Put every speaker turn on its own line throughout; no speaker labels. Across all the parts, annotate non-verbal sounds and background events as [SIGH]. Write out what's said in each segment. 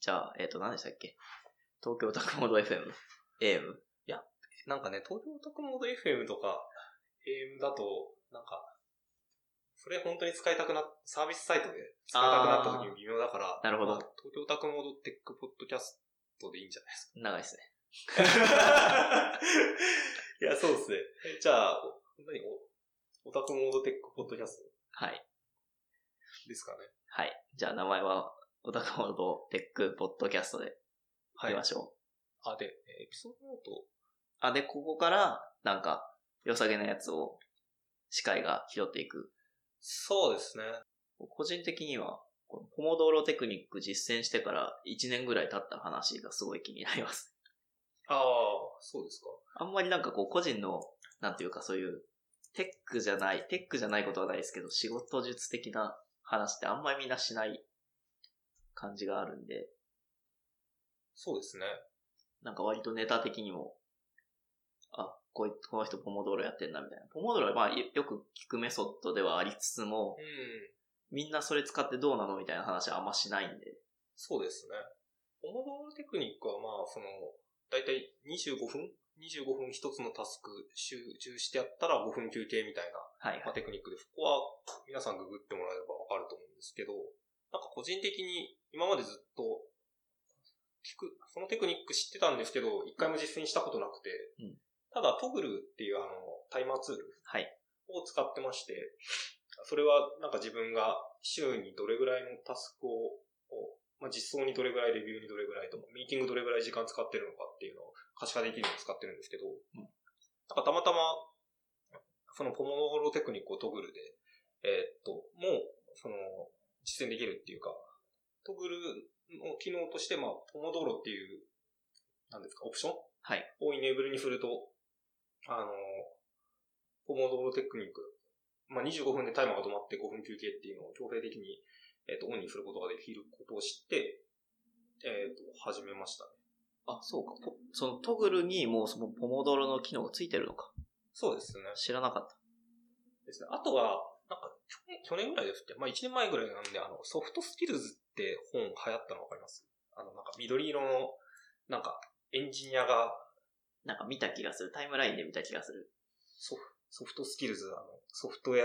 じゃあ、えっ、と、何でしたっけ東京タクモード FM。AM。
なんかね、東京特モード FM とか AM だと、なんか、それ本当に使いたくな、サービスサイトで使いたくなった時に微妙だから、
なるほど
まあ東京タクモードテックポッドキャストでいいんじゃないですか。
長いですね。 [LAUGHS]
いや、そうですね。えじゃあ、お何お、オタクモードテックポッドキャス
はい。
トですかね。
はい。じゃあ、名前は、オタクモードテックポッドキャストでい
は
き
い
ま。しょう。
あ、で、エピソードノート。
あ、で、ここから、なんか、良さげなやつを、司会が拾っていく。
そうですね。
個人的には、このポモドーロテクニック実践してから1年ぐらい経った話がすごい気になります。
ああ、そうですか。
あんまりなんかこう、個人の、なんていうかそういう、テックじゃない、テックじゃないことはないですけど、仕事術的な話ってあんまりみんなしない感じがあるんで、
そうですね。
なんか割とネタ的にも、あ、こいこの人ポモドーロやってんなみたいな。ポモドーロはまあよよく聞くメソッドではありつつも
う、ん。
みんなそれ使ってどうなのみたいな話はあんましないんで。
そうですね。オモドールテクニックはまあ、その、だいたい25分 ?25 分一つのタスク集中してやったら5分休憩みたいな
はい
まあ、
はい。
テクニックで、そこは皆さんググってもらえればわかると思うんですけど、なんか個人的に今までずっと、聞く、そのテクニック知ってたんですけど、一回も実践したことなくて、
うん
ただトグルっていうあの、タイマーツール
はい
を使ってまして、それはなんか自分が週にどれぐらいのタスクを、をまあ、実装にどれぐらい、レビューにどれぐらいと、ミーティングどれぐらい時間使ってるのかっていうのを可視化できるのを使ってるんですけど、
ん
なんかたまたま、そのポモロテクニックをトグルで、えーっと、もう、その、実践できるっていうか、トグルの機能として、まあ、ポモドーロっていう、なんですか、オプション
はい。
をイネーブルにすると、あの、ポモドーロテクニック、まあ、25分でタイマーが止まって5分休憩っていうのを強制的に、えーっと、オンにすることができることを知って、えーっと、始めましたね。
あ、そうか。ポそのトグルにもうそのポモドロの機能がついてるのか。
そうですね。
知らなかっ
ですね。あとは、なんか去年、去年ぐらいですって、まあ1年前ぐらいなんで、あの、ソフトスキルズって本流行ったのわかりますあの、なんか緑色の、なんか、エンジニアが
た。なんか見た気がする。タイムラインで見た気がする。
ソフソフトスキルズ、あの、ソフトウェア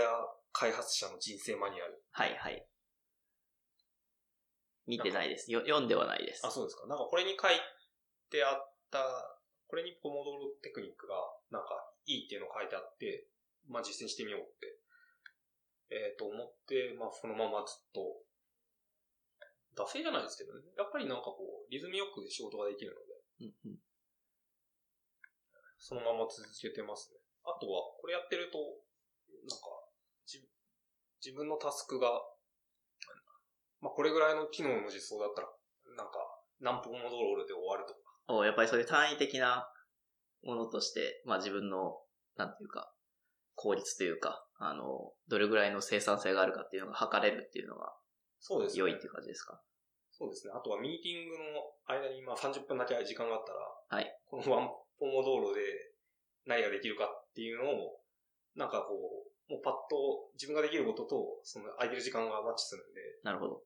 開発者の人生マニュアル。
はいはい。見てないです。よ読んではないです。
あ、そうですか。なんかこれに書いてあった、これにポモドロテクニックが、なんかいいっていうの書いてあって、まあ実践してみようって、えーと思って、まあそのままずっと、惰性じゃないですけどね。やっぱりなんかこう、リズムよく仕事ができるので、
うんうん
そのまま続けてますね。あとは、これやってると、なんか、じ自分のタスクが、まあ、これぐらいの機能の実装だったら、なんか、何分もドロールで終わるとか。
おやっぱりそういう単位的なものとして、まあ自分の、なんていうか、効率というか、あの、どれぐらいの生産性があるかっていうのが測れるっていうのが
そうですね。
良いっていう感じですか。
そうですね。あとはミーティングの間に、まあ、30分だけ時間があった
は
ら、
い
このワンポモ道路で何ができるかっていうのを、なんかこう、もうパッと自分ができることと、その空いてる時間がマッチするんで、
なるほど。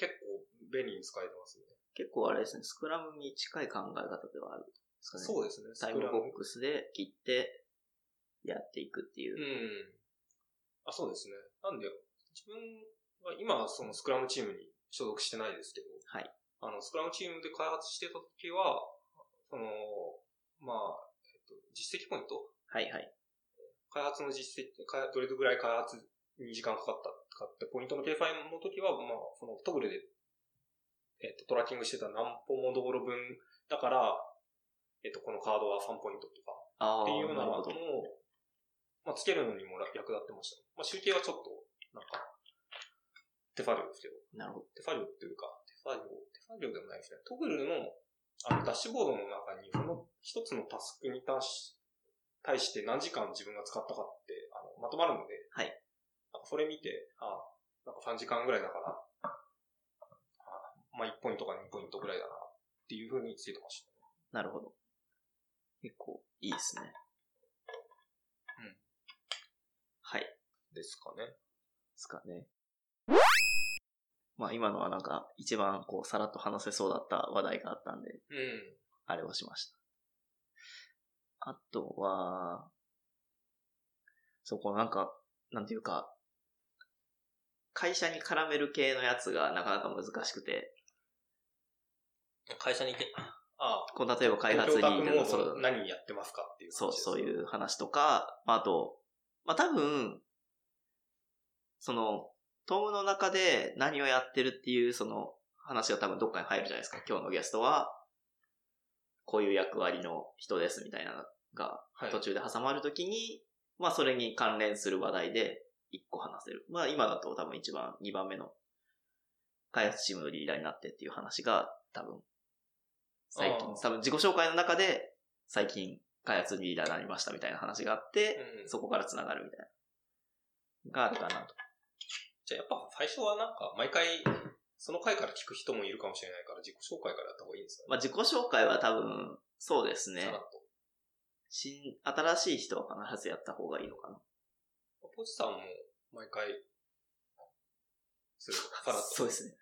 結構便利に使えてますね。
結構あれですね、スクラムに近い考え方ではあるんですかね。
そうですね。
タイムボックスで切って、やっていくっていうう。
ん。あ、そうですね。なんで、自分は今、そのスクラムチームに所属してないですけど、
はい
あの、スクラムチームで開発してた時は、その、まあ、えっと、実績ポイント
はいはい。
開発の実績、開どれぐらい開発に時間かかったかって、ポイントの計算の時は、まあ、そのトグルで、えっ、と、トラッキングしてた何歩も道路分だから、えっ、と、このカードは3ポイントとか、
ああ、
っていうよう
な
な
るほ
の
ど。、
をまあ、つけるのにも役立ってました。まあ、集計はちょっと、なんか、手作業ですけど、
なるほど。
手作業っていうか、手作業、手作業でもないですね。トグルの、あの、ダッシュボードの中に、その一つのタスクに対し、対して何時間自分が使ったかって、あの、まとまるので、
はい
なんかそれ見て、あ、なんか3時間ぐらいだから、あまあ、1ポイントか2ポイントぐらいだな、っていうふうについてました。
なるほど。結構、いいですね。
うん。
はい。
ですかね。
ですかね。まあ今のはなんか一番こうさらっと話せそうだった話題があったんで、
うん。
あれをしました。あとは、そこなんか、なんていうか、会社に絡める系のやつがなかなか難しくて、
会社に行け、
ああ。
こう例えば開発に
東京タクモ
そ
ード
う
の何やってますかっていう。
そう、そういうう話とか、まあ、あと、まあ、多分、その、トムの中で何をやってるっていう、その、話が多分どっかに入るじゃないですか。今日のゲストは、こういう役割の人ですみたいなのが、
はい。
途中で挟まるときに、まあ、それに関連する話題で、一個話せる。まあ、今だと多分一番、二番目の、開発チームのリーダーになってっていう話が、多分、最
あ
近、
ー
多分自己紹介の中で、最近、開発リーダーになりましたみたいな話があって、
うん。
そこから繋がるみたいな。があるかなと。
じゃあやっぱ最初はなんか、毎回、その回から聞く人もいるかもしれないから、自己紹介からやった方がいいんですか
まあ、自己紹介は多分、そうです
ね。
ね
さら。っと。
新、新しい人は必ずやった方がいいのかな。
ポジさんも、毎回、する。
[LAUGHS]
さらっと。
そうですね。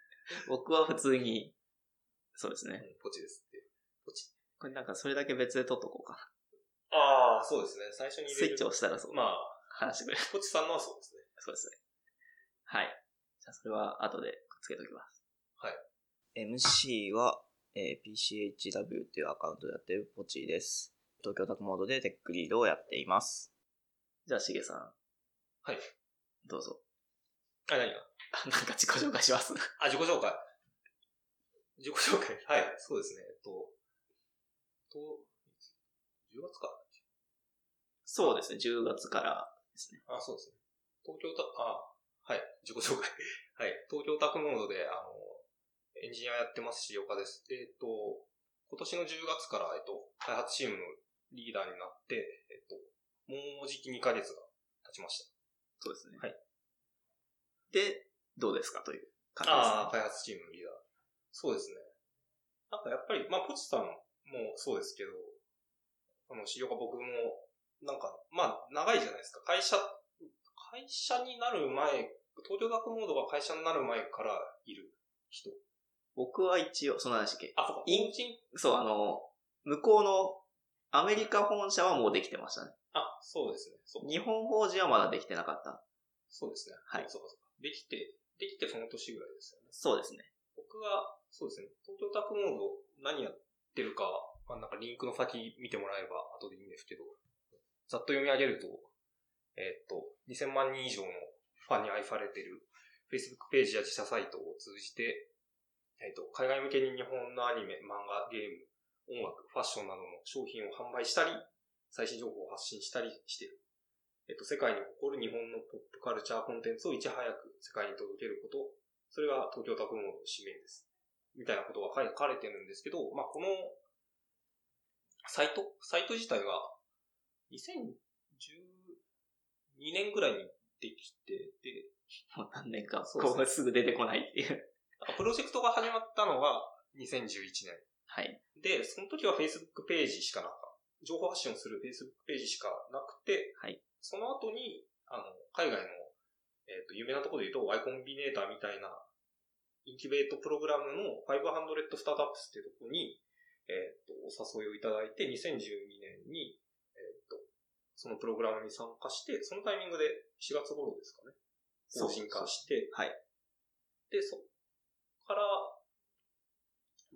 僕は普通に、そうですね。
うんポチですって。
これなんかそれだけ別で撮っとこうかな。
ああ、そうですね。最初に
スイッチを
を
押したらそう、
まあ、
話してくれる。 [LAUGHS]
ポチさんのはそうですね。
そうですね。はい。じゃあそれは後でくっつけときます。
MC は、えー PCHW っていうアカウントでやってるポチーです。東京タクモードでテックリードをやっています。
じゃあしげさん、
はい。
どうぞ。 [LAUGHS]
あ、何が
あなんか自己紹介します。
あ、自己紹介。自己紹介。はい。そうですね。えっと、と、10月か。
[LAUGHS] そうですね、10月からですね。
あ、そうですね。東京タ、あ、はい、自己紹介。 [LAUGHS] はい、東京タクモードで、あの、エンジニアやってますし、岡です。えっ、と、今年の10月から、えっ、と、開発チームのリーダーになって、えっ、と、もうじき2ヶ月が経ちまし
そうですね。
はい。
で、どうですかという感
た。
じ
開発チームのリーダー。そうですね。なんかやっぱり、まあ、ポチさんもそうですけど、あの、資料が僕も、なんか、まあ、長いじゃないですか。会社、会社になる前、東京学モードが会社になる前からいる人。
僕は一応、その話け、
あ、そうか、
イン
法人
そう、あの、向こうのアメリカ本社はもうできてましたね。
あ、そうですね。そう
日本法人はまだできてなかった。
そうですね。
はい
そうかそうか。できて、できてその年ぐらいですよね。
そうですね。
僕が、そうですね、東京タクモード何やってるか、まあ、なんかリンクの先見てもらえば後でいいんですけど、ざっと読み上げると、えーっと、2000万人以上のファンに愛されてる Facebook ページや自社サイトを通じて、えーっと、海外向けに日本のアニメ、漫画、ゲーム、音楽、ファッションなどの商品を販売したり、最新情報を発信したりしてる。えーっと、世界に誇る日本のポップカルチャーコンテンツをいち早く世界に届けること、それが東京タクモードの使命です。みたいなことが書かれてるんですけど、まあ、この、サイト、サイト自体が、2012年ぐらいにできて、で、
もう何年か、
そうです
こ
ね
こがすぐ出てこないっていう。
あプロジェクトが始まったのが2011年。
はい。
で、その時は Facebook ページしかなんか、情報発信をする Facebook ページしかなくて、
はい
その後に、あの、海外の、えっ、と、有名なところで言うと、Y コンビネーターみたいな、インキュベートプログラムの500スタートアップスっていうところに、えっ、と、お誘いをいただいて、2012年に、えっ、と、そのプログラムに参加して、そのタイミングで4月頃ですかね、
そ
法
う
人化して、
はい。
で、そっから、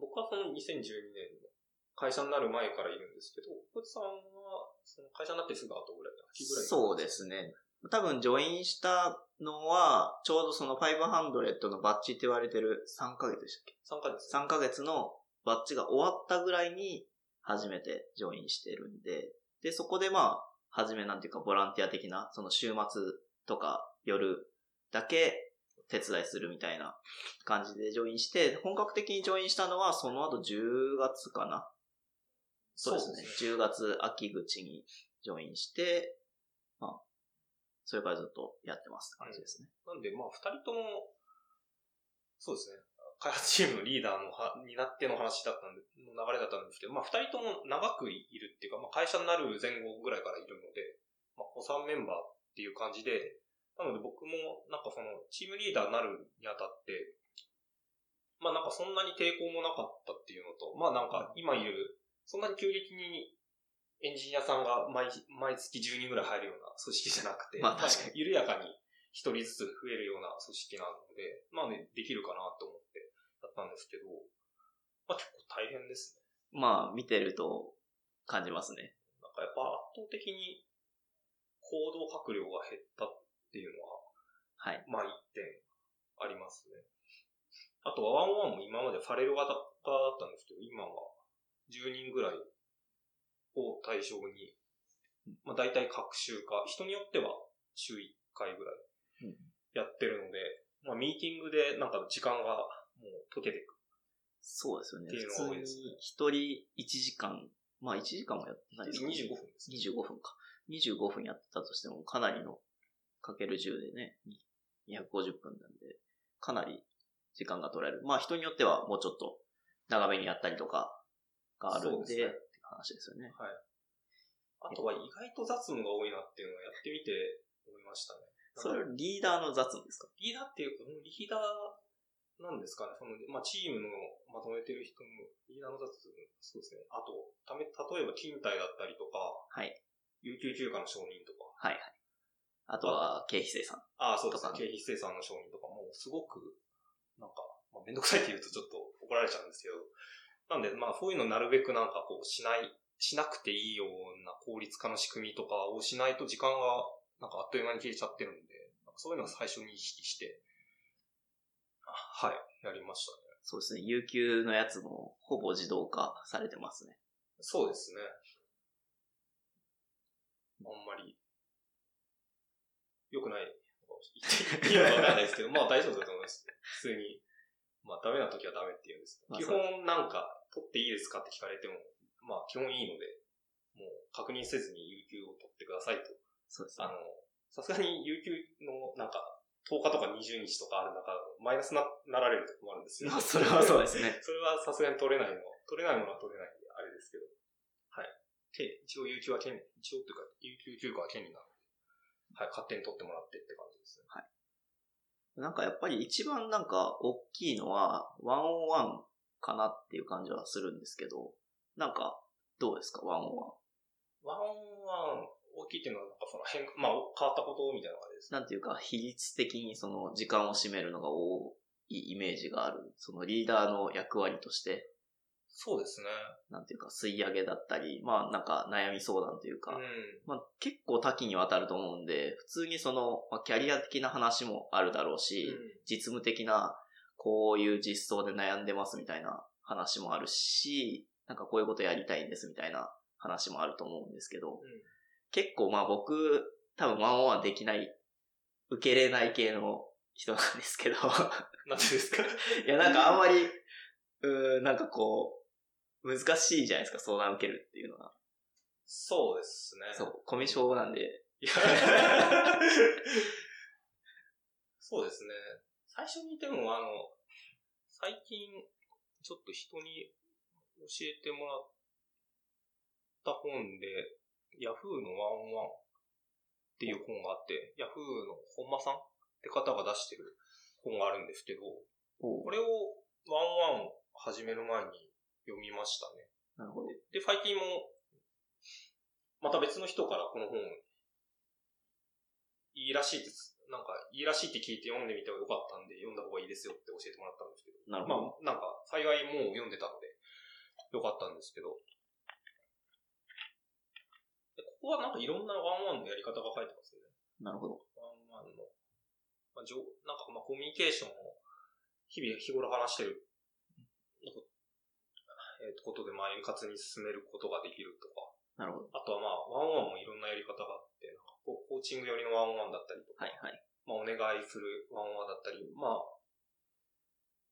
僕はその2012年の会社になる前からいるんですけど、小津さんは、その会社になってすぐ後ぐらい、秋ぐらい。
そうで。すね。多分、ジョインしたのは、ちょうどその500のバッジって言われてる3ヶ月でしたっ
3ヶ月。
け ?3 ヶ月のバッジが終わったぐらいに、初めてジョインしてるんで、で、そこでまあ、初めなんていうか、ボランティア的な、その週末とか夜だけ手伝いするみたいな感じでジョインして、本格的にジョインしたのは、その後10月かなそうですね。10月秋口にジョインして、まあ、それからずっとやってますって感じですね。
なんで、まあ、二人とも、そうですね。開発チームのリーダーのは、になっての話だったんで、の流れだったんですけど、まあ、二人とも長くいるっていうか、まあ、会社になる前後ぐらいからいるので、まあ、補三メンバーっていう感じで、なので僕も、なんかその、チームリーダーになるにあたって、まあなんかそんなに抵抗もなかったっていうのと、まあなんか今いる、そんなに急激にエンジニアさんが毎毎月10人ぐらい入るような組織じゃなくて、
まあ確か
緩やかに一人ずつ増えるような組織なので、まあね、できるかなと思ってやったんですけど、まあ結構大変ですね。
まあ、見てると感じますね。
なんかやっぱ圧倒的に行動閣僚が減ったっていうのは、
はい。
まあ一点ありますね。あとはワンワンも今までファレル型だったんですけど、今は10人ぐらいを対象に、まあ大体各週か、人によっては週1回ぐら
う
い
ん
やってるので、まあミーティングでなんか時間がもう解けていく。
そうですよね。
っていうのが多いですね
普通に一人1時間、まあ1時間もやってないですかね
25分ですね。
25分か。25分やってたとしても、かなりの、かける10でね、250分なんで、かなり時間が取られる。まあ人によってはもうちょっと長めにやったりとかがあるん
そうで
で、っ
すね
て話ですよね。
あとは意外と雑務が多いなっていうのをやってみて思いましたね。
それはリーダーの雑務ですか
リーダーっていうか、リーダーなんですかね。その、まあ、チームのまとめてる人のリーダーの雑務、そうですね。あと、ため、例えば勤怠だったりとか、
はい。
有給休暇の承認とか、
はいはい。あとは経費生産。
ああ、そうです
とか
ね。経費生産の承認とかも、すごく、なんか、まあ、めんどくさいって言うとちょっと怒られちゃうんですけど、なんで、まあ、そういうのなるべくなんかこう、しない、しなくていいような効率化の仕組みとかをしないと時間が、なんかあっという間に消えちゃってるんで、なんかそういうのを最初に意識して、あはい、やりましたね。
そうですね。有給のやつもほぼ自動化されてますね。
そうですね。あんまり、良くない。言っていいのかわかん
[LAUGHS]
ないですけど、まあ大丈夫だと思います。普通に。まあダメな時はダメって言うんですけど。
まあ
基本なんか、取っていいですかって聞かれても、まあ基本いいので、もう確認せずに有給を取ってくださいと。
そうですね
あ。の、さすがに有給のなんか、10日とか20日とかある中、マイナスな、なられると困るんですよ。
まあそれはそうですね。
それはさすがに取れないの。取れないものは取れないんで、あれですけど。はい。け一応、有給は権利、一応というか、有給休暇は権利なので、はい、勝手に取ってもらってって感じですね。
なんかやっぱり一番なんか大きいのは、ワンオンワンかなっていう感じはするんですけど、なんか、どうですか、ワンオンワン。
ワンオンワン、大きいっていうのは、なんかその変化、まあ、変わったことみたいな感じですね。
なんていうか、比率的にその時間を占めるのが多いイメージがある。そのリーダーの役割として、
そうですね。
なんていうか、吸い上げだったり、まあなんか悩み相談というか、
うん。
まあ結構多岐にわたると思うんで、普通にその、まあ、キャリア的な話もあるだろうし、実務的な、こういう実装で悩んでますみたいな話もあるし、なんかこういうことやりたいんですみたいな話もあると思うんですけど、
うん
結構まあ僕、多分ワンオンワンできない、受けれない系の人なんですけど、 [LAUGHS]
なんでですか
いやなんかあんまり、うーん、なんかこう、難しいじゃないですか、相談受けるっていうのは。
[LAUGHS] そうですね。
そう、コミュ障なんで、
いや [LAUGHS] そうですね。最初にでも、あの、最近、ちょっと人に教えてもらった本で、ヤフーのワンオンワンっていう本があって、ヤフーの本間さんって方が出してる本があるんですけど、これをワンオンワン始める前に読みましたね。
なるほど。
で、最近も、また別の人からこの本、いいらしいです。なんか、いいらしいって聞いて読んでみてはよかったんで、読んだ方がいいですよって教えてもらったんですけど。
なるほ
ま
ど。
あ、なんか、幸いもう読んでたので、よかったんですけど。でここはなんかいろんなワンワンのやり方が書いてますね。
なるほど。
ワンワンの、まあ、じょなんかまあコミュニケーションを日々日頃話してる、なんかえーとことでまあ円滑に進めることができるとか、
なるほど。
あとはまあワンワンもいろんなやり方があって、なんかこうコーチング寄りのワンワンだったりとか、
はいはい。
まあお願いするワンワンだったり、まあ、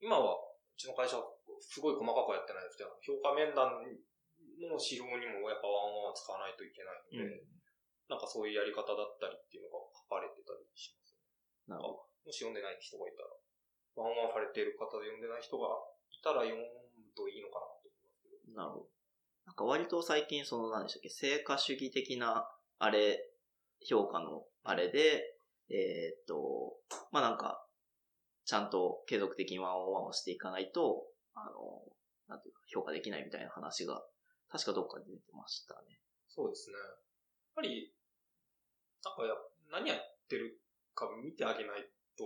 今はうちの会社はすごい細かくはやってないですけど、評価面談の指標にもやっぱワンワンは使わないといけないので、なんかそういうやり方だったりっていうのが書かれてたりし
な
ます。
るほど。
もし読んでない人がいたら、ワンワンされている方で読んでない人がいたら読むといいのか
な
なと
るほど。なんか割と最近その何でしたっけ、成果主義的な、あれ、評価のあれで、えーっと、まあなんか、ちゃんと継続的にワンオンワンをしていかないと、あの、なんていうか、評価できないみたいな話が、確かどっかで出てましたね。
そうですね。やっぱり、なんかや、何やってるか見てあげないと、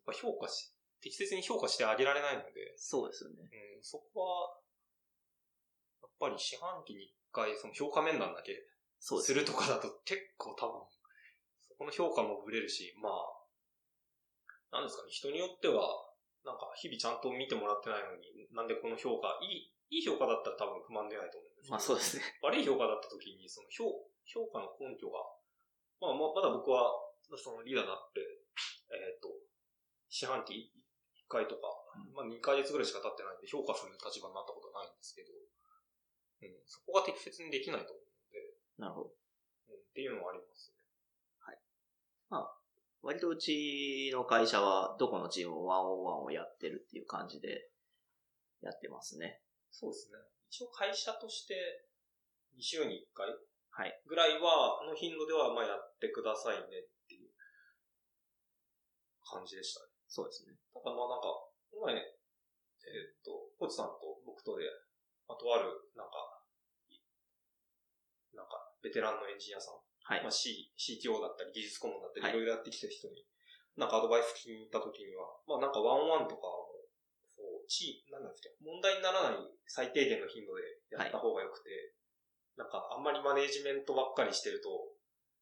やっぱ評価し、適切に評価してあげられないので、
そうですよね。
うん、そこは、やっぱり四半期に一回、その評価面談だけ
そうですす。
るとかだと結構多分、そこの評価もぶれるし、まあ、なんですかね、人によっては、なんか日々ちゃんと見てもらってないのに、なんでこの評価、いい、いい評価だったら多分不満出ないと思うんですけど
まあそうですね。 [LAUGHS]
悪い評価だった時に、その評、評価の根拠が、まあまあ、まだ僕は、そのリーダーになって、えっ、と、四半期1回とか、まあ2ヶ月ぐらいしか経ってないんで評価する立場になったことはないんですけど、うん、そこが適切にできないと思
なるほど。
う、うん、っていうのはありますね。
割とうちの会社は、どこのチームもワンオンワンをやってるっていう感じで、やってますね。
そうですね。一応会社として、2週に1回
はい
ぐらいは、の頻度では、まあやってくださいねっていう感じでしたね。
そうですね。
ただまあなんか、この前、えーっと、ポチさんと僕とで、まあ、とある、なんか、いなんか、ベテランのエンジニアさん、
はい
まあ、。C、CTO だったり、技術顧問だった
はい
り、いろいろやってきた人に、なんかアドバイス聞きに行った時には、まあなんかワンワンとかも、そう、地、なんなんですか、問題にならない最低限の頻度でやった方が良くて、なんかあんまりマネージメントばっかりしてると、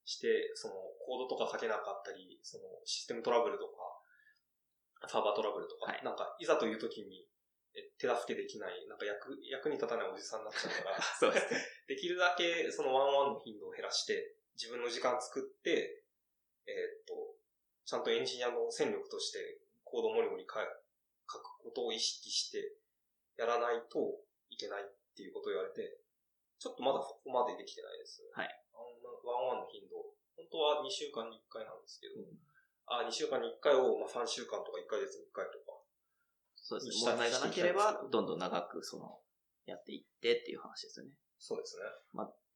して、そのコードとか書けなかったり、そのシステムトラブルとか、サーバートラブルとか、
はい
なんかいざという時に、え手助けできない、なんか役、役に立たないおじさんになっちゃうから、
[LAUGHS] そうですね。
[LAUGHS] できるだけそのワンワンの頻度を減らして、自分の時間作って、えーっと、ちゃんとエンジニアの戦力としてコードをもりもり書い書くことを意識してやらないといけないっていうことを言われて、ちょっとまだそこまでできてないです、
はい
ワンワンの頻度。本当は2週間に1回なんですけど、あ、2週間に1回を、まあ、3週間とか1ヶ月に1回とか。
そうです
し
ね。
た
問題がなければ、どんどん長く、その、やっていってっていう話ですよね。
そうですね。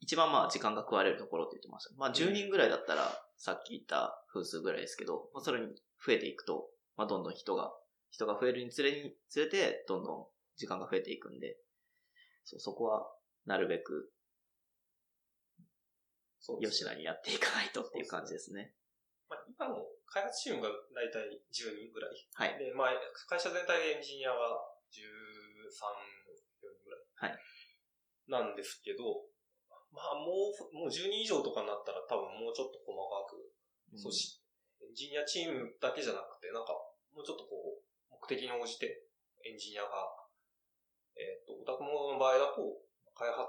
一番まあ時間が食われるところって言ってました。まあ10人ぐらいだったら、さっき言った分数ぐらいですけど、まあそれに増えていくと、まあどんどん人が、人が増えるにつれに、つれて、どんどん時間が増えていくんで、そうそこは、なるべく、
そうです
吉田にやっていかないとっていう感じですね。
まあ、今の開発チームが大体10人ぐらい。
はい。
で、まあ、会社全体でエンジニアは13、4ぐらい。
はい
なんですけど、まあ、もう、もう10人以上とかになったら多分もうちょっと細かく、そうし、エンジニアチームだけじゃなくて、なんか、もうちょっとこう、目的に応じて、エンジニアが、えっ、と、オタクモードの場合だと、開発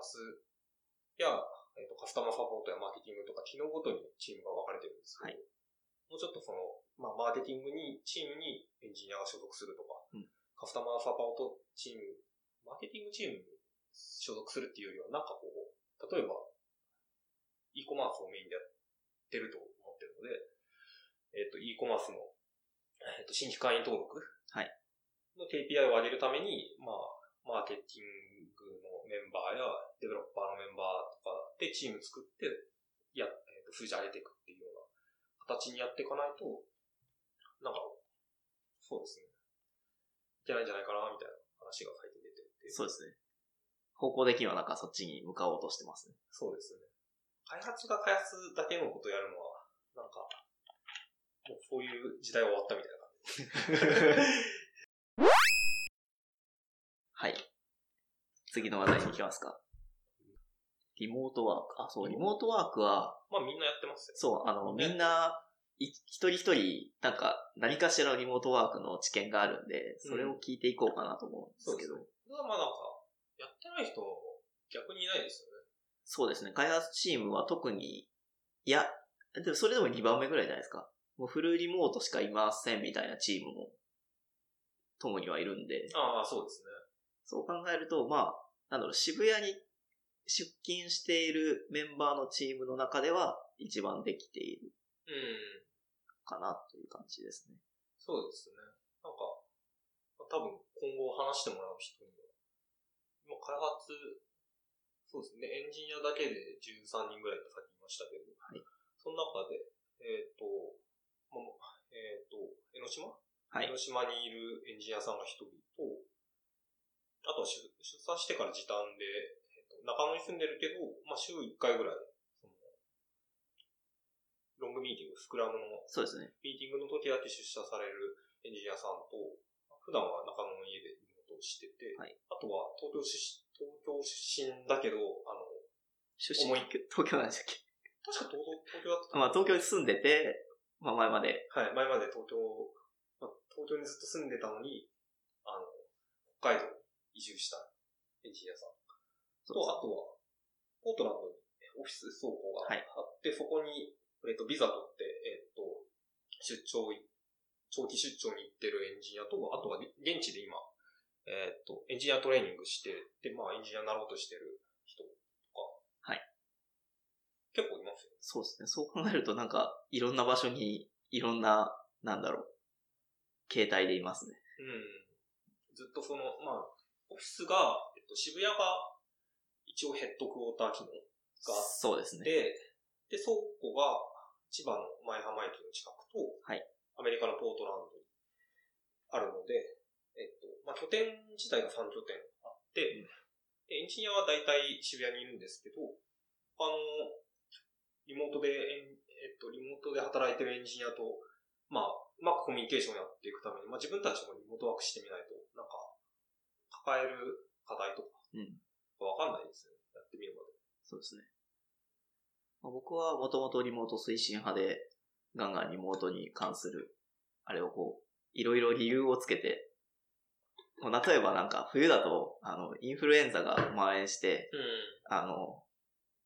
や、えっ、と、カスタマーサポートやマーケティングとか、機能ごとにチームが分かれてるんですけど、
はい
もうちょっとその、まあ、マーケティングに、チームにエンジニアが所属するとか、
うん
カスタマーサポートチーム、マーケティングチームに所属するっていうよりは、なんかこう、例えば、e コマースをメインでやってると思ってるので、えっ、と、e コマースの、えっ、と、新規会員登録
はい
の KPI を上げるために、まあ、マーケティングのメンバーやデベロッパーのメンバーとかでチーム作って、や、えっ、と、数字上げていくっていうような形にやっていかないと、なんか、そうですね。いけないんじゃないかな、みたいな話が最近出てて。
そうですね。方向的にはなんかそっちに向かおうとしてますね。
そうですね。開発が開発だけのことをやるのは、なんか、もうそういう時代は終わったみたいな [LAUGHS]
はい。次の話題に行きますか。リモートワーク。あ、そう、リモートワークは、
まあみんなやってますよ。
そう、あの、
ね
みんな、い一人一人、なんか、何かしらのリモートワークの知見があるんで、それを聞いていこうかなと思うんですけど、
うんこれはまあなんか、やってない人も逆にいないですよね。
そうですね、開発チームは特に、いや、でもそれでも2番目ぐらいじゃないですか。もうフルリモートしかいませんみたいなチームも、ともにはいるんで、
ああ、そうですね。
そう考えると、まあ、なんだろう、渋谷に出勤しているメンバーのチームの中では、一番できている
うん。
かなという感じですね。
そうですね。なんか、まあ多分今後話してもらう人にも、今開発、そうですね、エンジニアだけで13人ぐらいってさっき言いましたけど、
い
その中で、えっ、と、まあえっ、と、江ノ島は
はい。
広島にいるエンジニアさんが一人と、あとは出出産してから時短で、えっと、中野に住んでるけど、まあ、週1回ぐらい、その、ロングミーティング、スクラムの
そうですね。
ミーティングの時だけ出社されるエンジニアさんと、普段は中野の家でリモートをしてて、
はい
あとは東京出身、東京出身だけど、あの、
出身、
思い
東京 [LAUGHS] 東京なんでしたっけ
確か東東京だったと
まあ、東京に住んでて、まあ、前まで、
はい、前まで東京、まあ、東京にずっと住んでたのに、あの、北海道に移住したエンジニアさん
そ
と、
う
あとは、ポートランドにオフィス倉庫があ
はい
って、そこに、えっと、ビザ取って、えっと、出張い、長期出張に行ってるエンジニアと、あとはね現地で今、えっと、エンジニアトレーニングして、で、まあ、エンジニアになろうとしてる人とか、
はい。
結構いますよ。
そうですね。そう考えると、なんか、いろんな場所に、いろんな、なんだろう、携帯でいますね。
うん。ずっとその、まあ、オフィスが、えっと、渋谷が一応ヘッドクォーター機能があっ
そうですね。
て、で、倉庫が千葉の前浜駅の近くと、
はい
アメリカのポートランドにあるので、えっと、まあ、拠点自体が3拠点あって、でエンジニアは大体渋谷にいるんですけど、あの、リモートで、えんえっと、リモートで働いてるエンジニアと、まあ、うまくコミュニケーションをやっていくために、まあ自分たちもリモートワークしてみないと、なんか、抱える課題とか、
うん
わかんないですよね。やってみるまで。
そうですね。まあ、僕はもともとリモート推進派で、ガンガンリモートに関する、あれをこう、いろいろ理由をつけて、もう例えばなんか、冬だと、あの、インフルエンザが蔓延して、
うん。
あの、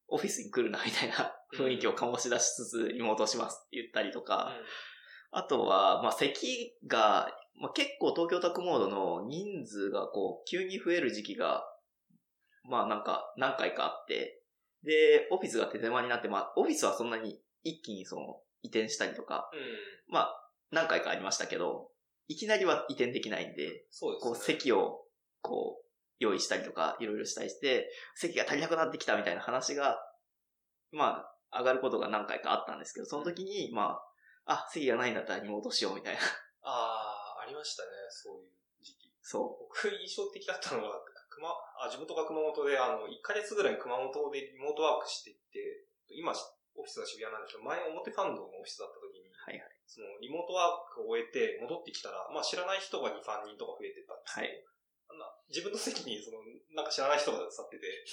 オフィスに来るなみたいな [LAUGHS] 雰囲気を醸し出しつつ、リモートしますって言ったりとか、あとは、まあ、咳が、まあ、結構東京タクモードの人数がこう、急に増える時期が、まあなんか、何回かあって、で、オフィスが手狭になって、まあ、オフィスはそんなに一気にその、移転したりとか、
うん。うん。
まあ、何回かありましたけど、いきなりは移転できないんで、
そうです
こ
ね。
う、席を、こう、用意したりとか、いろいろしたりして、席が足りなくなってきたみたいな話が、まあ、上がることが何回かあったんですけど、その時に、まあ、あ、席がないんだったらリモートしようみたいな。 [LAUGHS]
ああ、ありましたね。そういう時期。
そ
僕、印象的だったのは、熊、あ、地元が熊本で、あの、1ヶ月ぐらい熊本でリモートワークしていて、今、オフィスが渋谷なんですけど、前表参道のオフィスだった時に、
はいはい
その、リモートワークを終えて戻ってきたら、まあ、知らない人が2、3人とか増えてたんですけど、な自分の席に、その、なんか知らない人が
[LAUGHS]
座ってて、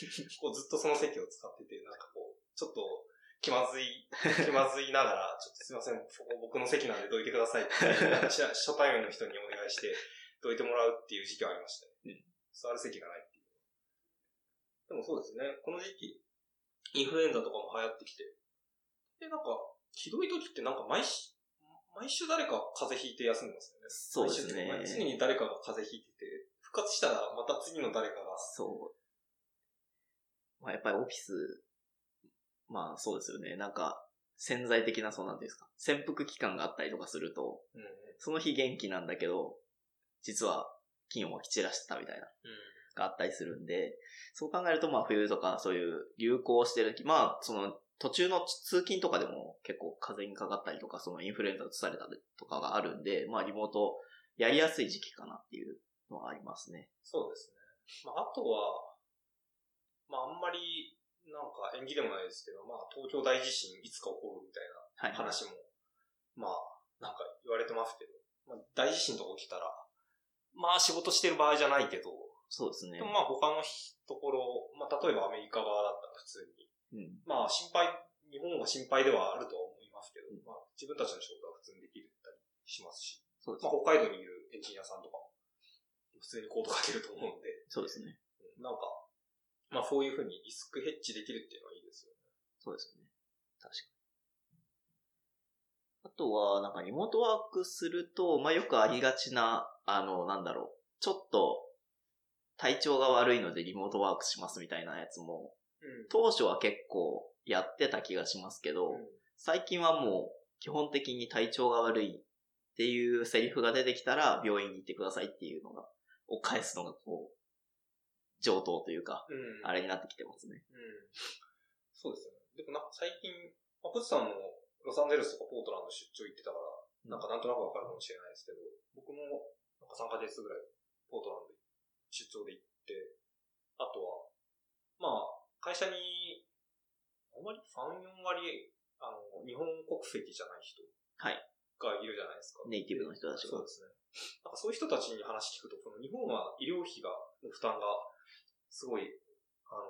こうずっとその席を使ってて、なんかこう、ちょっと、気まずい、気まずいながら、ちょっとすいません、そこ僕の席なんでどいてくだ
[LAUGHS]
さいって、なんか知ら初対面の人にお願いして、どいてもらうっていう時期はありましたね。座る席がないっていう。でもそうですね、この時期、インフルエンザとかも流行ってきて、で、なんか、ひどい時ってなんか毎週、毎週誰か風邪ひいて休んでますよね
う。。そうですね。
毎週常に誰かが風邪ひいてて、復活したらまた次の誰かが
そう。まあ、やっぱりオフィス、まあそうですよね。なんか、潜在的な、そうなんていうんですか。潜伏期間があったりとかすると、
うん
その日元気なんだけど、実は、金をまき散らしてたみたいな。があったりするんで、そう考えると、まあ冬とかそういう流行してる時、まあその途中の通勤とかでも結構風邪にかかったりとか、そのインフルエンザ移されたりとかがあるんで、まあリモートやりやすい時期かなっていうのはありますね。
そうですね。まあ、あとは、まあ、あんまり、なんか縁起でもないですけど、まあ、東京大地震いつか起こるみたい
はい。
な話も、まあ、なんか言われてますけど、まあ、大地震とか起きたら、まあ、仕事してる場合じゃないけど、
そうですね
で。もまあ、他のひところ、まあ、例えばアメリカ側だったら普通
う
に、
ん。
まあ、心配、日本は心配ではあるとは思いますけど、まあ、自分たちの仕事は普通にできるったりしますし、
そうです
まあ、北海道にいるエンジニアさんとかも、普通にコード書けると思うんで、
そうですね。
なんか、まあそういうふうにリスクヘッジできるっていうのはいいですよね。
そうですよね。確かに。あとは、なんかリモートワークすると、まあ、よくありがちな、あの、なんだろう、ちょっと、体調が悪いのでリモートワークしますみたいなやつも、当初は結構やってた気がしますけど、
うん。
最近はもう基本的に体調が悪いっていうセリフが出てきたら病院に行ってくださいっていうのが、を返すのがこう、上等というか、
うん。
あれになってきてますね。
うん。そうですよね。でもなんか最近、まあ、プツさんもロサンゼルスとかポートランド出張行ってたから、なんかなんとなくわかるかもしれないですけど、僕もなんか3ヶ月ぐらいポートランドに出張で行って、あとは、まあ、会社に、あんまり3、4割、あの、日本国籍じゃない人
はい
がいるじゃないですか。
ネイティブの人たち
そ
が
う。ですね。なんかそういう人たちに話聞くと、この日本は医療費が、の負担が、すごい、あの、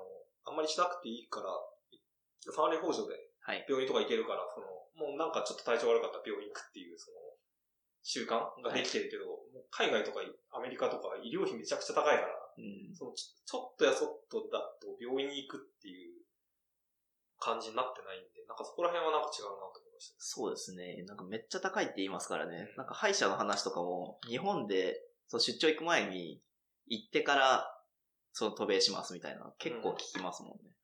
あんまりしなくていいから、サーレ補助で
はい。
病院とか行けるから、その、もうなんかちょっと体調悪かったら病院行くっていう、その、習慣ができてるけど、もう海外とかアメリカとか医療費めちゃくちゃ高いから、
うん。
そのちちょっとやそっとだと病院に行くっていう感じになってないんで、なんかそこら辺はなんか違うなと思いました。
そうですね。なんかめっちゃ高いって言いますからね
う。ん
なんか歯医者の話とかも、日本で、そう出張行く前に、行ってから、その渡米しますみたいな、結構聞きますもんね。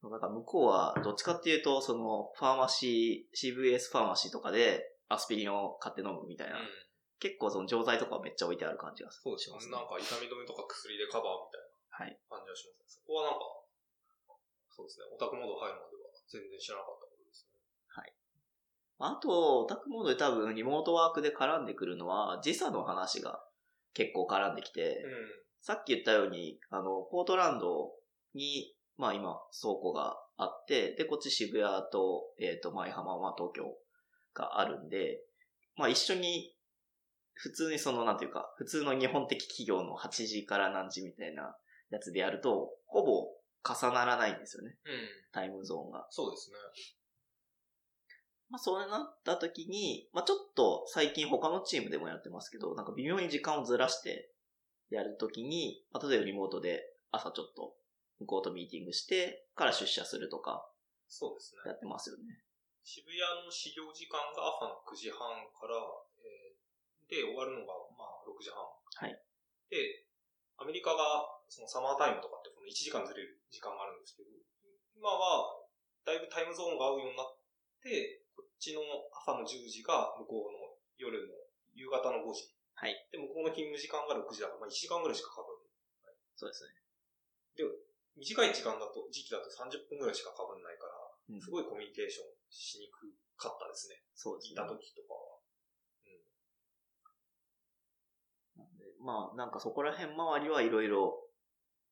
なんか向こうは、どっちかっていうと、その、ファーマシー、CVS ファーマシーとかで、アスピリンを買って飲むみたいな。
うん。
結構その錠剤とかはめっちゃ置いてある感じがし
そう
ま
ですすね。
ね
なんか痛み止めとか薬でカバーみた
は
い
い。
な感じがしますね。そこはなんか、そうですね。オタクモード入るまでは全然知らなかったことですね。
あと、オタクモードで多分リモートワークで絡んでくるのは、時差の話が結構絡んできて、さっき言ったように、あの、ポートランドに、まあ今、倉庫があって、で、こっち渋谷と、えっ、と、舞浜、まあ東京があるんで、まあ一緒に、普通にその、なんていうか、普通の日本的企業の8時から何時みたいなやつでやると、ほぼ重ならないんですよね、
うん。うん。
タイムゾーンが。
そうですね。
まあ、そうなった時に、まあ、ちょっと最近他のチームでもやってますけど、なんか微妙に時間をずらしてやるときに、まあ、例えばリモートで朝ちょっと向こうとミーティングしてから出社するとか
そうですね。
やってますよね。
渋谷の始業時間が朝の9時半から、えーで、終わるのが、まあ、6時半。
はい。
で、アメリカが、そのサマータイムとかって、この1時間ずれる時間があるんですけど、今は、だいぶタイムゾーンが合うようになって、こっちの朝の10時が向こうの夜の夕方の5時。
はい。
で、向こうの勤務時間が6時だから、まあ1時間ぐらいしかかぶる。
そうです
短い時間だと、時期だと30分ぐらいしかかぶんないから、
ね。うん
すごいコミュニケーションしにくかったですね。
そうですね
いた。時とかは。
まあ、なんかそこら辺周りはいろいろ、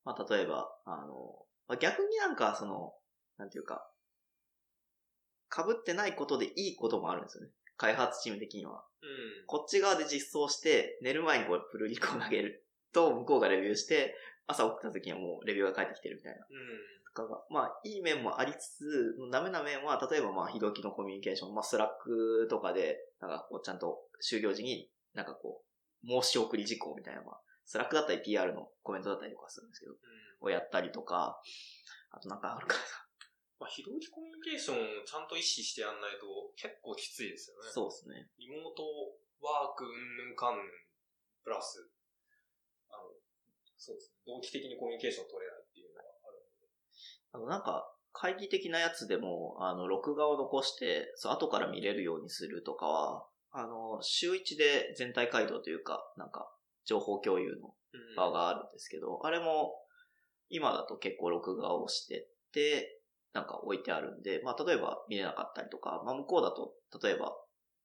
まあ、例えば、あの、まあ、逆になんかその、なんていうか、被ってないことでいいこともあるんですよね。開発チーム的には。
うん。
こっち側で実装して、寝る前にこうプルリコを投げると、 [LAUGHS] 向こうがレビューして、朝起きた時にはもうレビューが返ってきてるみたいな。
う
とかが、まあ、いい面もありつつ、ダメな面は、例えばまあ、ひどきのコミュニケーション、まあ、スラックとかで、なんかこう、ちゃんと就業時に、なんかこう、申し送り事項みたいな、まあ、スラックだったり PR のコメントだったりとかするんですけど、
ん。うん。
をやったりとか、あとなんかあるか
まあ、非同期コミュニケーションをちゃんと意識してやんないと結構きついですよ
な。
ね。う。
そうですね。
リモートワークうんぬんかんぬん、プラス、あの、そうですね。同期的にコミュニケーション取れないっていうのがある。
あの、なんか、会議的なやつでも、あの、録画を残して、そう、後から見れるようにするとかは、あの、週一で全体回答というか、なんか、情報共有の場
うん。
があるんですけど、あれも、今だと結構録画をしてって、なんか置いてあるんで、まあ、例えば見れなかったりとか、まあ、向こうだと、例えば、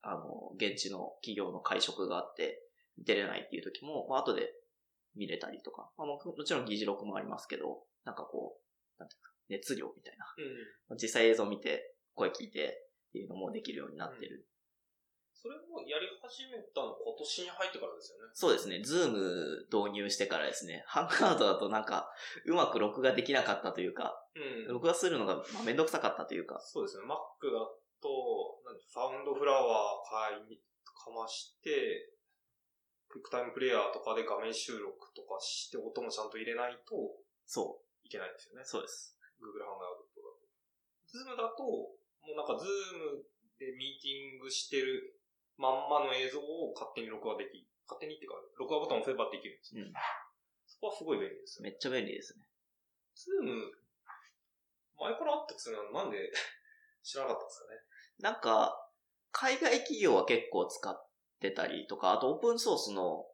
あの、現地の企業の会食があって、見てれないっていう時も、まあ、後で見れたりとか、まあ、ももちろん議事録もありますけど、なんかこう、なんていうか、熱量みたいな。
うん。
まあ実際映像見て、声聞いてっていうのもできるようになってる。
それもやり始めたの今年に入ってからですよね。
そうですね、ズーム導入してからですね、ハンガードだとなんか、うまく録画できなかったというか、
うん。
録画するのがまあめんどくさかったというか、
そうですね。Mac だと、なんでサウンドフラワー買いに、かまして、クイックタイムプレイヤーとかで画面収録とかして音もちゃんと入れないと
そ
いけないんですよ
う、
ね。
そうです。
Google ハンガードだと。ズームだと、もうなんかズームでミーティングしてるまんまの映像を勝手に録画でき、勝手にっていうか、録画ボタンを押せばできるんですよ。
うん
そこはすごい便利ですよね。
めっちゃ便利ですね。
ズーム、前からあったつうのはなんで [LAUGHS] 知らなかったんですかね。
なんか、海外企業は結構使ってたりとか、あとオープンソースの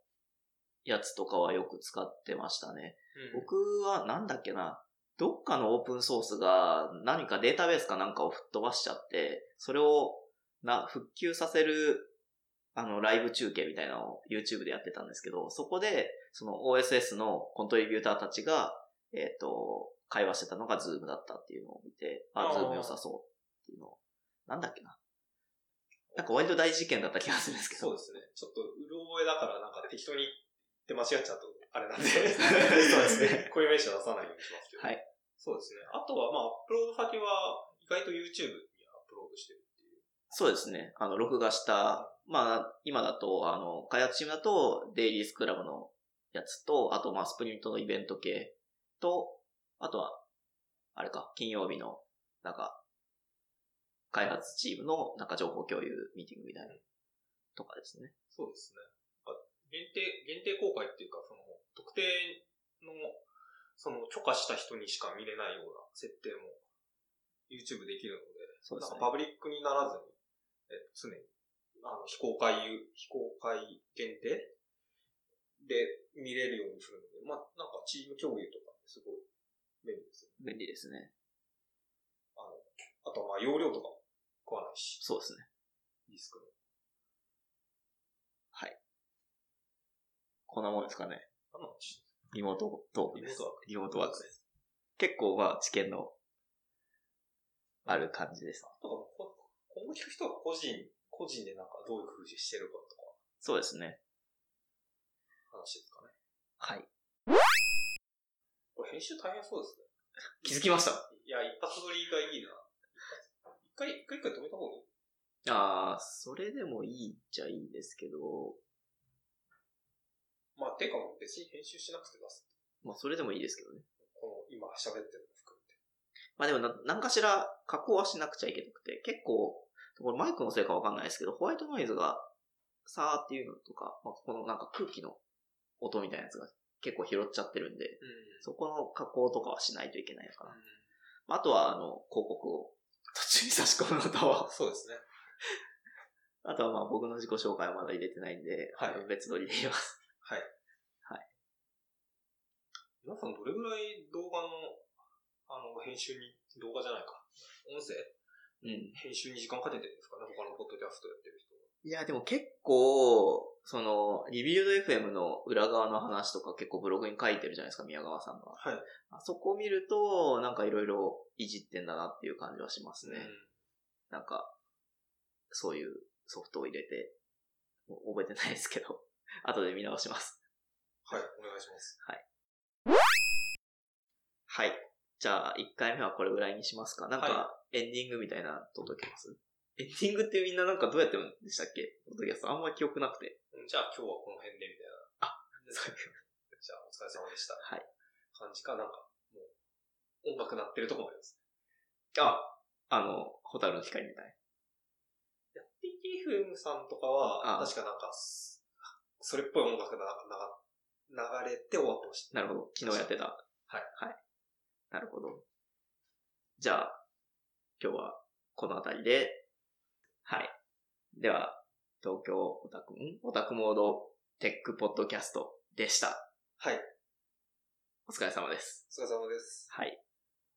やつとかはよく使ってましたね。
うん
僕はなんだっけな、どっかのオープンソースが何かデータベースかなんかを吹っ飛ばしちゃって、それをな、復旧させる、あの、ライブ中継みたいなのを YouTube でやってたんですけど、そこで、その OSS のコントリビューターたちが、えっ、と、会話してたのが Zoom だったっていうのを見て、あ、
あー
Zoom 良さそうっていうのを、なんだっけな。なんか割と大事件だった気がするんですけ
そう
ど。
ですね。ちょっと、うろ覚えだから、なんか適当に言って間違っちゃうと、あれなんで。そう
ですね。
[LAUGHS] こういう名詞は出さないようにしますけど。
はい。
そうですね。あとは、まあ、アップロード先は、意外と YouTube にアップロードしてるっていう。
そうですね。あの、録画した、まあ、今だと、あの、開発チームだと、デイリースクラブのやつと、あと、まあ、スプリントのイベント系と、あとは、あれか、金曜日の、なんか、開発チームの、なんか情報共有ミーティングみたいな、とかですね。
そうですね。なんか限定、限定公開っていうか、その、特定の、その、許可した人にしか見れないような設定も、YouTube できるので、
そうで
な
す
んか
ね。
パブリックにならずに、えっと、常に、あの、非公開、非公開限定で見れるようにするので、まあ、なんかチーム共有とかすごい便利ですよね。
便利ですね。
あとはまあ、容量とかも食わないし、
そうですね。
ディスクの。
こんなもんですかね。
あの、ち
リモートトーク
リモ
で
ー
す
ト。ワーク。
リモートワークです。結構、まあ、知見の、ある感じです。
あとはこ今後聞く人は個人、個人でなんかどういう風にしてるかとか
そうですね。
話ですかね。
はい。
これ編集大変そうですね。
気づきました
いや、一発撮りがいいな。一回、一回一回止めた方がいい。
ああ、それでもいいっちゃいいんですけど、
まあ、てかもう別に編集しなくて出す。
まあそれでもいいですけどね。
この今喋ってるの含めて。
まあでもな、何かしら加工はしなくちゃいけなくて、結構、これマイクのせいかわかんないですけど、ホワイトノイズが、さーっていうのとか、まあ、このなんか空気の音みたいなやつが結構拾っちゃってるんで、
うん。
そこの加工とかはしないといけないのかな。
う
まああとは、あの、広告を途中に差し込むのと、
ん、そうですね。
[LAUGHS] あとはまあ僕の自己紹介はまだ入れてないんで、
はい
あの別撮りで言います。
はい。
はい。
皆さんどれぐらい動画の、あの、編集に、動画じゃないか。音声
うん。
編集に時間かけてるんですかね他のポッドキャストやってる人は。
いや、でも結構、その、リビルド FM の裏側の話とか結構ブログに書いてるじゃないですか、宮川さんが。
はい。
あそこ見ると、なんかいろいろいじってんだなっていう感じはしますね。なんか、そういうソフトを入れて、もう覚えてないですけど、 [LAUGHS] 後で見直します。
はい、お願いします。
はい。じゃあ、1回目はこれぐらいにしますか。なん
は
か、エンディングみたいなの届けます、エンディングってみんななんかどうやってるんでしたっけポッドキャストあんま記憶なくて。
じゃあ今日はこの辺で、みたいな。あ、
そう
じゃあお疲れ様でした。
はい。
感じか、なんか、もう、音楽鳴ってるとこもあります。
[LAUGHS] あ、あの、ホタルの光みたいな。
やって FM さんとかは、
ああ
確かなんか、すそれっぽい音楽がな流れて終わってました。
なるほど。昨日やってた。はいはい。なるほど。じゃあ、今日はこの辺りで、はい。では、東京オタク、んオタクモードテックポッドキャストでした。
はい。
お疲れ様です。
お疲れ様です。
はい。